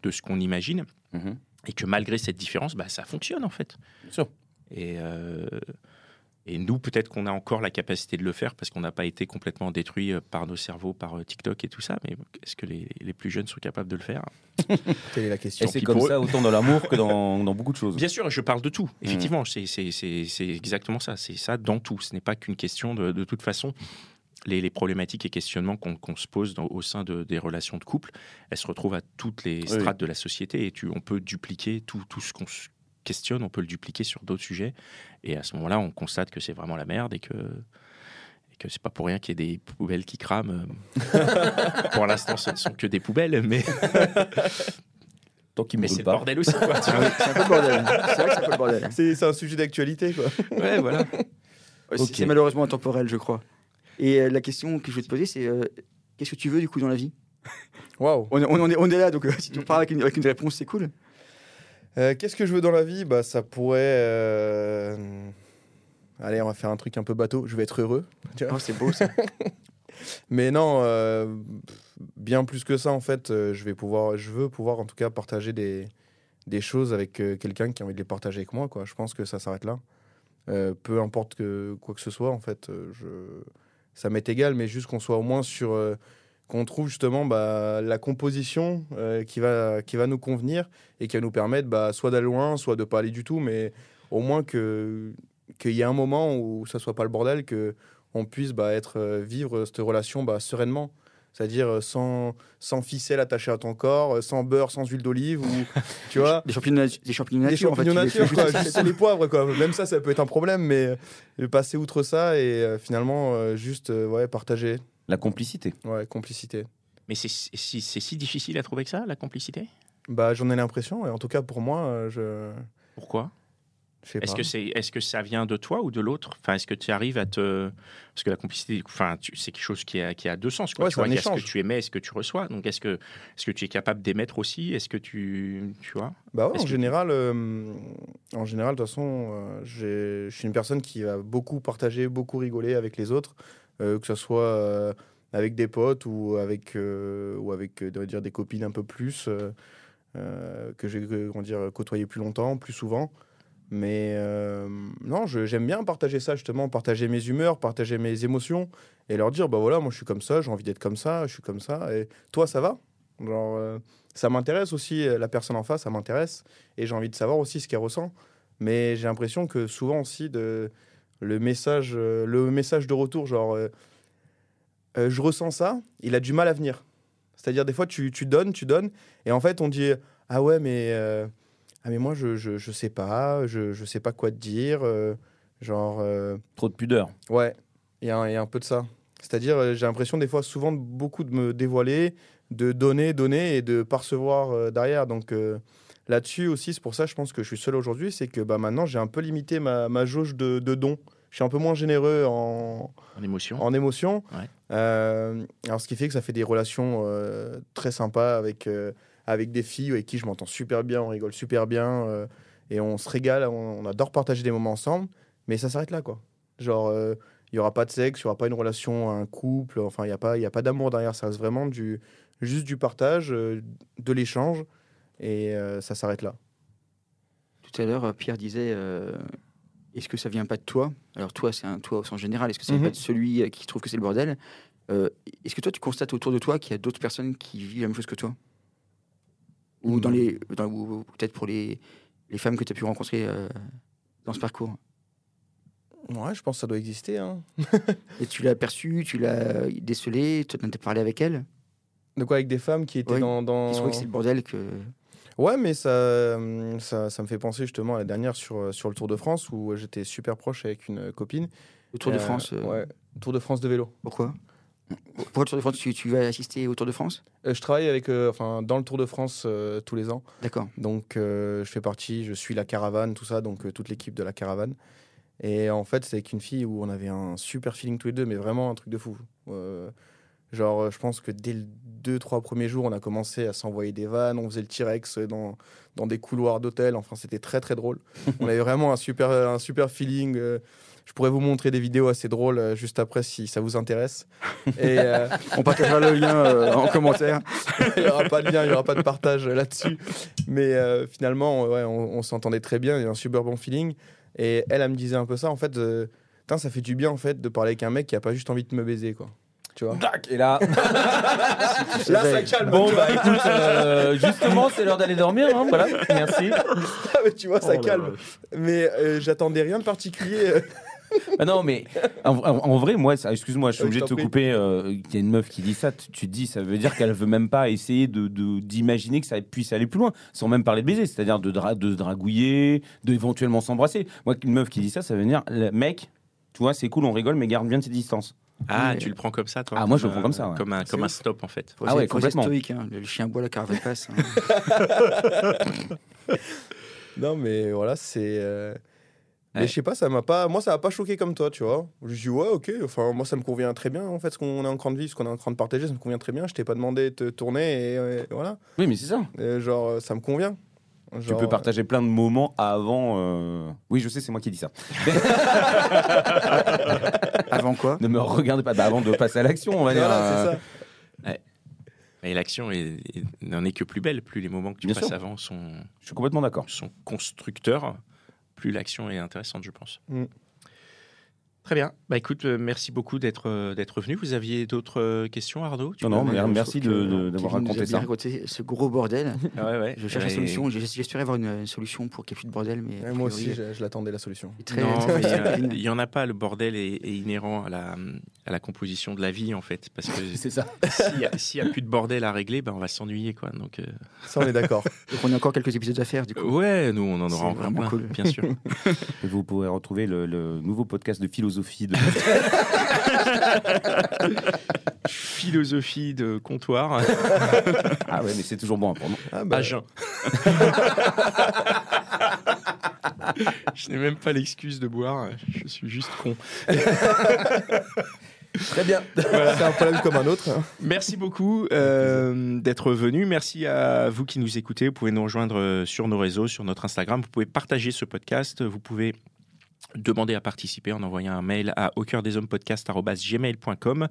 Speaker 1: de ce qu'on imagine
Speaker 2: Mhm.
Speaker 1: et que malgré cette différence bah ça fonctionne en fait.
Speaker 2: Bien sûr.
Speaker 1: Et, euh, et nous, peut-être qu'on a encore la capacité de le faire parce qu'on n'a pas été complètement détruit euh, par nos cerveaux, par euh, TikTok et tout ça. Mais est-ce que les, les plus jeunes sont capables de le faire
Speaker 4: Quelle est la question
Speaker 2: Et
Speaker 1: Tant
Speaker 2: c'est
Speaker 1: pis
Speaker 2: comme
Speaker 1: pour
Speaker 2: ça, autant dans l'amour que dans, dans beaucoup de choses.
Speaker 1: Bien sûr, je parle de tout. Effectivement, c'est- c'est c'est- c'est exactement ça. C'est ça dans tout. Ce n'est pas qu'une question de, de toute façon. Les, les problématiques et questionnements qu'on qu'on se pose dans- au sein de- des relations de couple, elles se retrouvent à toutes les strates de la société et tu, on peut dupliquer tout, tout ce qu'on se questionne, on peut le dupliquer sur d'autres sujets. Et à ce moment-là, on constate que c'est vraiment la merde et que, et que c'est pas pour rien qu'il y ait des poubelles qui crament. pour l'instant, ce ne sont que des poubelles, mais,
Speaker 2: Tant qu'il ne
Speaker 1: mais c'est le
Speaker 2: brûle pas.
Speaker 1: bordel aussi. quoi, tu
Speaker 3: Ah
Speaker 1: vois.
Speaker 3: oui, c'est un peu le bordel. C'est vrai que c'est un peu le bordel.
Speaker 4: C'est c'est un sujet d'actualité, quoi.
Speaker 1: Ouais, voilà.
Speaker 3: Ouais, c'est-
Speaker 2: Ok.
Speaker 3: C'est malheureusement intemporel, je crois. Et euh, la question que je vais te poser, c'est euh, qu'est-ce que tu veux du coup dans la vie
Speaker 4: Waouh
Speaker 3: on, est- on en est, on est là, donc euh, si tu repars avec une, avec une réponse, c'est cool.
Speaker 4: Euh, Qu'est-ce que je veux dans la vie Bah, ça pourrait. euh, Allez, on va faire un truc un peu bateau. Je vais être heureux. tu vois.
Speaker 3: Oh, c'est beau ça.
Speaker 4: Mais non, euh, pff, bien plus que ça, en fait, euh, je vais pouvoir, je veux pouvoir, en tout cas, partager des, des choses avec euh, quelqu'un qui a envie de les partager avec moi. Quoi. Je pense que ça s'arrête là. Euh, peu importe que quoi que ce soit, en fait, euh, je... ça m'est égal, mais juste qu'on soit au moins sur, euh, qu'on trouve justement bah, la composition euh, qui va, qui va nous convenir et qui va nous permettre, bah, soit d'aller loin, soit de pas aller du tout, mais au moins que qu'il y ait un moment où ça soit pas le bordel, que on puisse bah, être, euh, vivre euh, cette relation bah, sereinement. C'est-à-dire euh, sans, sans ficelle attachée à ton corps, euh, sans beurre, sans huile d'olive, ou tu vois,
Speaker 3: Des champignons, nat- des champignons
Speaker 4: des
Speaker 3: nature.
Speaker 4: champignons
Speaker 3: en fait, tu les
Speaker 4: nature,
Speaker 3: fais
Speaker 4: quoi,
Speaker 3: juste-
Speaker 4: juste les poivres. Quoi. Même ça, ça peut être un problème, mais euh, passer outre ça et euh, finalement euh, juste euh, ouais, partager,
Speaker 2: La complicité.
Speaker 4: ouais, complicité.
Speaker 1: Mais c'est si- si, c'est si difficile à trouver que ça, la complicité
Speaker 4: Bah, J'en ai l'impression, et en tout cas pour moi, euh, je
Speaker 1: Pourquoi
Speaker 4: je sais pas.
Speaker 1: Est-ce que, c'est, est-ce que ça vient de toi ou de l'autre enfin, Est-ce que tu arrives à te. Parce que la complicité, enfin, tu- c'est quelque chose qui a, qui a deux sens. Quoi,
Speaker 4: Ouais,
Speaker 1: tu
Speaker 4: c'est un
Speaker 1: vois, il y a ce que
Speaker 4: échange.
Speaker 1: tu aimais et ce que tu reçois. Donc, est-ce que, est-ce que tu es capable d'émettre aussi Est-ce que tu. Tu vois
Speaker 4: Bah ouais,
Speaker 1: Est-ce
Speaker 4: en,
Speaker 1: que-
Speaker 4: général, euh, en général, de toute façon, euh, j'ai- je suis une personne qui va beaucoup partager, beaucoup rigoler avec les autres, euh, que ce soit euh, avec des potes ou avec, euh, ou avec euh, on va dire, des copines un peu plus, euh, euh, que j'ai euh, comment dire, côtoyé plus longtemps, plus souvent. Mais euh, non, je- j'aime bien partager ça justement, partager mes humeurs, partager mes émotions et leur dire, bah voilà, moi je suis comme ça, j'ai envie d'être comme ça, je suis comme ça, et toi ça va Genre, euh, ça m'intéresse aussi, euh, la personne en face, ça m'intéresse. Et j'ai envie de savoir aussi ce qu'elle ressent. Mais j'ai l'impression que souvent aussi, de, le, message, euh, le message de retour, genre, euh, euh, je ressens ça, il a du mal à venir. C'est-à-dire, des fois, tu, tu donnes, tu donnes, et en fait, on dit, ah ouais, mais, euh, ah, mais moi, je, je, je sais pas, je, je sais pas quoi te dire. euh, genre, euh,
Speaker 2: Trop de pudeur.
Speaker 4: ouais, il y a, un- il y a un peu de ça. C'est-à-dire, euh, j'ai l'impression des fois souvent de beaucoup de me dévoiler, de donner, donner et de percevoir derrière. Donc euh, là-dessus aussi, c'est pour ça je pense que je suis seul aujourd'hui, c'est que bah, maintenant j'ai un peu limité ma, ma jauge de, de dons. Je suis un peu moins généreux en,
Speaker 1: en
Speaker 2: Oh,
Speaker 1: émotion.
Speaker 4: en émotion.
Speaker 1: Ouais.
Speaker 4: Euh, alors, ce qui fait que ça fait des relations euh, très sympas avec, euh, avec des filles avec qui je m'entends super bien, on rigole super bien euh, et on se régale, on, on adore partager des moments ensemble, mais ça s'arrête là, quoi. Genre, euh, il y n'y aura pas de sexe, il n'y aura pas une relation, un couple, enfin, il n'y a pas, il y a pas d'amour derrière, ça reste vraiment du, juste du partage, euh, de l'échange et euh, ça s'arrête là.
Speaker 3: Tout à l'heure, euh, Pierre disait euh, Est-ce que ça vient pas de toi Alors, toi, c'est un toi au sens général. Est-ce que ça vient
Speaker 4: Mhm.
Speaker 3: pas de celui euh, qui trouve que c'est le bordel Euh, Est-ce que toi, tu constates autour de toi qu'il y a d'autres personnes qui vivent la même chose que toi Ou dans
Speaker 4: Non.
Speaker 3: les, dans- ou- ou peut-être pour les, les femmes que tu as pu rencontrer euh, dans ce parcours
Speaker 4: Ouais, je pense que ça doit exister. hein.
Speaker 3: Et tu l'as perçu, tu l'as décelé, tu en as parlé avec elle
Speaker 4: De quoi avec des femmes qui étaient
Speaker 3: Oui,
Speaker 4: dans. dans...
Speaker 3: Ils trouvent que c'est le bordel que.
Speaker 4: Ouais, mais ça, euh, ça, ça me fait penser justement à la dernière sur, euh, sur le Tour de France où j'étais super proche avec une euh, copine.
Speaker 3: Le Tour de
Speaker 4: Euh,
Speaker 3: France. euh,
Speaker 4: Ouais, Tour de France de vélo.
Speaker 3: Pourquoi Pourquoi le Tour de France tu, tu vas assister au Tour de France
Speaker 4: Euh, je travaille avec, euh, enfin, dans le Tour de France euh, tous les ans.
Speaker 3: D'accord.
Speaker 4: Donc, euh, je fais partie, je suis la caravane, tout ça, donc euh, toute l'équipe de la caravane. Et en fait, c'est avec une fille où on avait un super feeling tous les deux, mais vraiment un truc de fou. Euh, genre, euh, je pense que dès les deux, trois premiers jours, on a commencé à s'envoyer des vannes, on faisait le T-Rex dans, dans des couloirs d'hôtel. Enfin, c'était très, très drôle. on avait vraiment un super, un super feeling. euh, je pourrais vous montrer des vidéos assez drôles euh, juste après si ça vous intéresse. Et. euh,
Speaker 3: On partagera le lien euh, en commentaire.
Speaker 4: il n'y aura pas de lien, il n'y aura pas de partage euh, là-dessus. Mais euh, finalement, ouais, on, on s'entendait très bien, il y a un super bon feeling. Et elle, elle me disait un peu ça, en fait, euh, Putain, ça fait du bien en fait de parler avec un mec qui a pas juste envie de me baiser, quoi. Tu vois
Speaker 2: Tac, Et là,
Speaker 3: Là, ça
Speaker 2: calme. Bon, bah écoute, euh, justement, c'est l'heure d'aller dormir. hein, voilà, merci.
Speaker 4: mais tu vois, ça
Speaker 1: Oh là
Speaker 4: calme. Mais euh, j'attendais rien de particulier.
Speaker 2: Ah non, mais en, en- en vrai, moi, ça- excuse-moi, Ah, je suis
Speaker 4: Euh,
Speaker 2: obligé
Speaker 4: je
Speaker 2: de te
Speaker 4: t'en prie.
Speaker 2: couper. euh, Il y a une meuf qui dit ça, tu, tu te dis, ça veut dire qu'elle veut même pas essayer de- de- d'imaginer que ça puisse aller plus loin, sans même parler de baiser, c'est-à-dire de, dra- de se dragouiller, d'éventuellement s'embrasser. Moi, une meuf qui dit ça, ça veut dire, le mec, tu vois, c'est cool, on rigole, mais garde bien tes distances.
Speaker 1: Ah,
Speaker 3: Oui.
Speaker 1: tu le prends comme ça, toi
Speaker 2: Ah, moi, je
Speaker 1: comme
Speaker 2: le prends
Speaker 1: un-
Speaker 2: comme ça, ouais.
Speaker 1: Comme un,
Speaker 3: C'est
Speaker 1: comme un
Speaker 3: ouf.
Speaker 1: stop, en fait.
Speaker 3: Faut
Speaker 2: Ah ouais,
Speaker 3: essayer- faut essayer
Speaker 2: complètement.
Speaker 3: Stoïque, hein. le, le chien boit, la caravane passe. hein.
Speaker 4: non, mais voilà, c'est. euh,
Speaker 2: Ouais.
Speaker 4: Mais je sais pas, ça m'a pas. Moi, ça m'a pas choqué comme toi, tu vois. Je dis, ouais, ok, enfin, moi, ça me convient très bien, en fait, ce qu'on est en train de vivre, ce qu'on est en train de partager, ça me convient très bien. Je t'ai pas demandé de te tourner et euh, voilà.
Speaker 2: Oui, mais c'est ça.
Speaker 4: Euh, genre, euh, ça me convient.
Speaker 2: Tu
Speaker 4: euh,
Speaker 2: peux partager plein de moments avant. euh, Oui, je sais, c'est moi qui dis ça.
Speaker 3: Avant quoi
Speaker 2: Ne me regardez pas, bah, avant de passer à l'action, on va dire. euh,
Speaker 4: Voilà, c'est ça.
Speaker 1: Et l'action est- est- n'en est que plus belle. Plus les moments que tu
Speaker 2: Bien
Speaker 1: passes
Speaker 2: sûr.
Speaker 1: avant sont,
Speaker 2: Je suis complètement d'accord.
Speaker 1: sont constructeurs, plus l'action est intéressante, je pense.
Speaker 4: Mm.
Speaker 1: Très bien. Bah écoute, euh, merci beaucoup d'être euh, d'être venu. Vous aviez d'autres euh, questions, Arnaud Tu
Speaker 2: Non, non,
Speaker 1: peux-
Speaker 2: mais
Speaker 3: Je trouve
Speaker 2: merci
Speaker 3: que euh,
Speaker 2: de- de- d'avoir
Speaker 3: Kevin nous a
Speaker 2: raconté
Speaker 3: bien
Speaker 2: ça.
Speaker 3: raconté ce gros bordel.
Speaker 1: Ah ouais, ouais.
Speaker 3: Je cherche la
Speaker 1: Et-
Speaker 3: solution. J'ai- J'espérais avoir une, une solution pour qu'il n'y ait plus de bordel, mais.
Speaker 4: Ouais,
Speaker 3: a
Speaker 4: moi
Speaker 3: priori,
Speaker 4: aussi, je, je l'attendais la solution.
Speaker 3: c'est très-
Speaker 1: non,
Speaker 3: très-
Speaker 1: mais, euh,
Speaker 3: Kevin.
Speaker 1: il y en a pas. Le bordel est, est inhérent à la, à la composition de la vie, en fait. Parce que
Speaker 2: C'est ça.
Speaker 1: s'il n'y a, s'il y a plus de bordel à régler, ben on va s'ennuyer, quoi. Donc, euh,
Speaker 4: Ça, on est d'accord.
Speaker 3: Donc on a encore quelques épisodes à faire, du coup.
Speaker 1: Ouais, nous, on en
Speaker 3: C'est
Speaker 1: aura encore
Speaker 3: vraiment
Speaker 1: plein,
Speaker 3: cool.
Speaker 1: bien sûr.
Speaker 2: Et vous pourrez retrouver le, le nouveau podcast de philosophie de.
Speaker 1: Philosophie de comptoir,
Speaker 2: Ah ouais, mais c'est toujours bon à prendre.
Speaker 4: Ah, bah,
Speaker 1: à jeun. Je n'ai même pas l'excuse de boire, je suis juste con.
Speaker 2: Très bien.
Speaker 4: C'est un problème comme un autre. hein.
Speaker 1: Merci beaucoup euh, d'être venu. Merci à vous qui nous écoutez. Vous pouvez nous rejoindre euh, sur nos réseaux, sur notre Instagram. Vous pouvez partager ce podcast. Vous pouvez demander à participer en envoyant un mail à au cœur des hommes podcast@gmail.com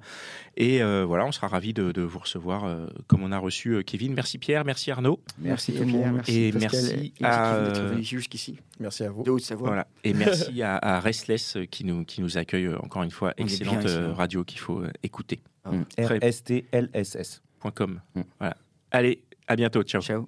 Speaker 1: et euh, voilà on sera ravi de, de vous recevoir euh, comme on a reçu euh, Kevin merci Pierre merci Arnaud
Speaker 3: Merci,
Speaker 4: tout le
Speaker 3: Pierre.
Speaker 4: monde.
Speaker 3: Merci,
Speaker 1: Et
Speaker 3: Pascal,
Speaker 1: merci
Speaker 3: et merci Kevin
Speaker 1: à-
Speaker 3: d'être venu jusqu'ici,
Speaker 4: Merci à vous.
Speaker 3: de Haute-Savoie.
Speaker 1: Voilà. Et merci à, à Restless euh, qui nous, qui nous accueille euh, encore une fois.
Speaker 3: On est bien Ah.
Speaker 1: Excellente
Speaker 3: ici,
Speaker 1: euh,
Speaker 3: hein.
Speaker 1: radio qu'il faut euh, écouter. Très-
Speaker 2: R-S-T-L-S-S.
Speaker 1: Point .com.
Speaker 2: Mm.
Speaker 1: Voilà. Allez, à bientôt. Ciao.
Speaker 3: Ciao.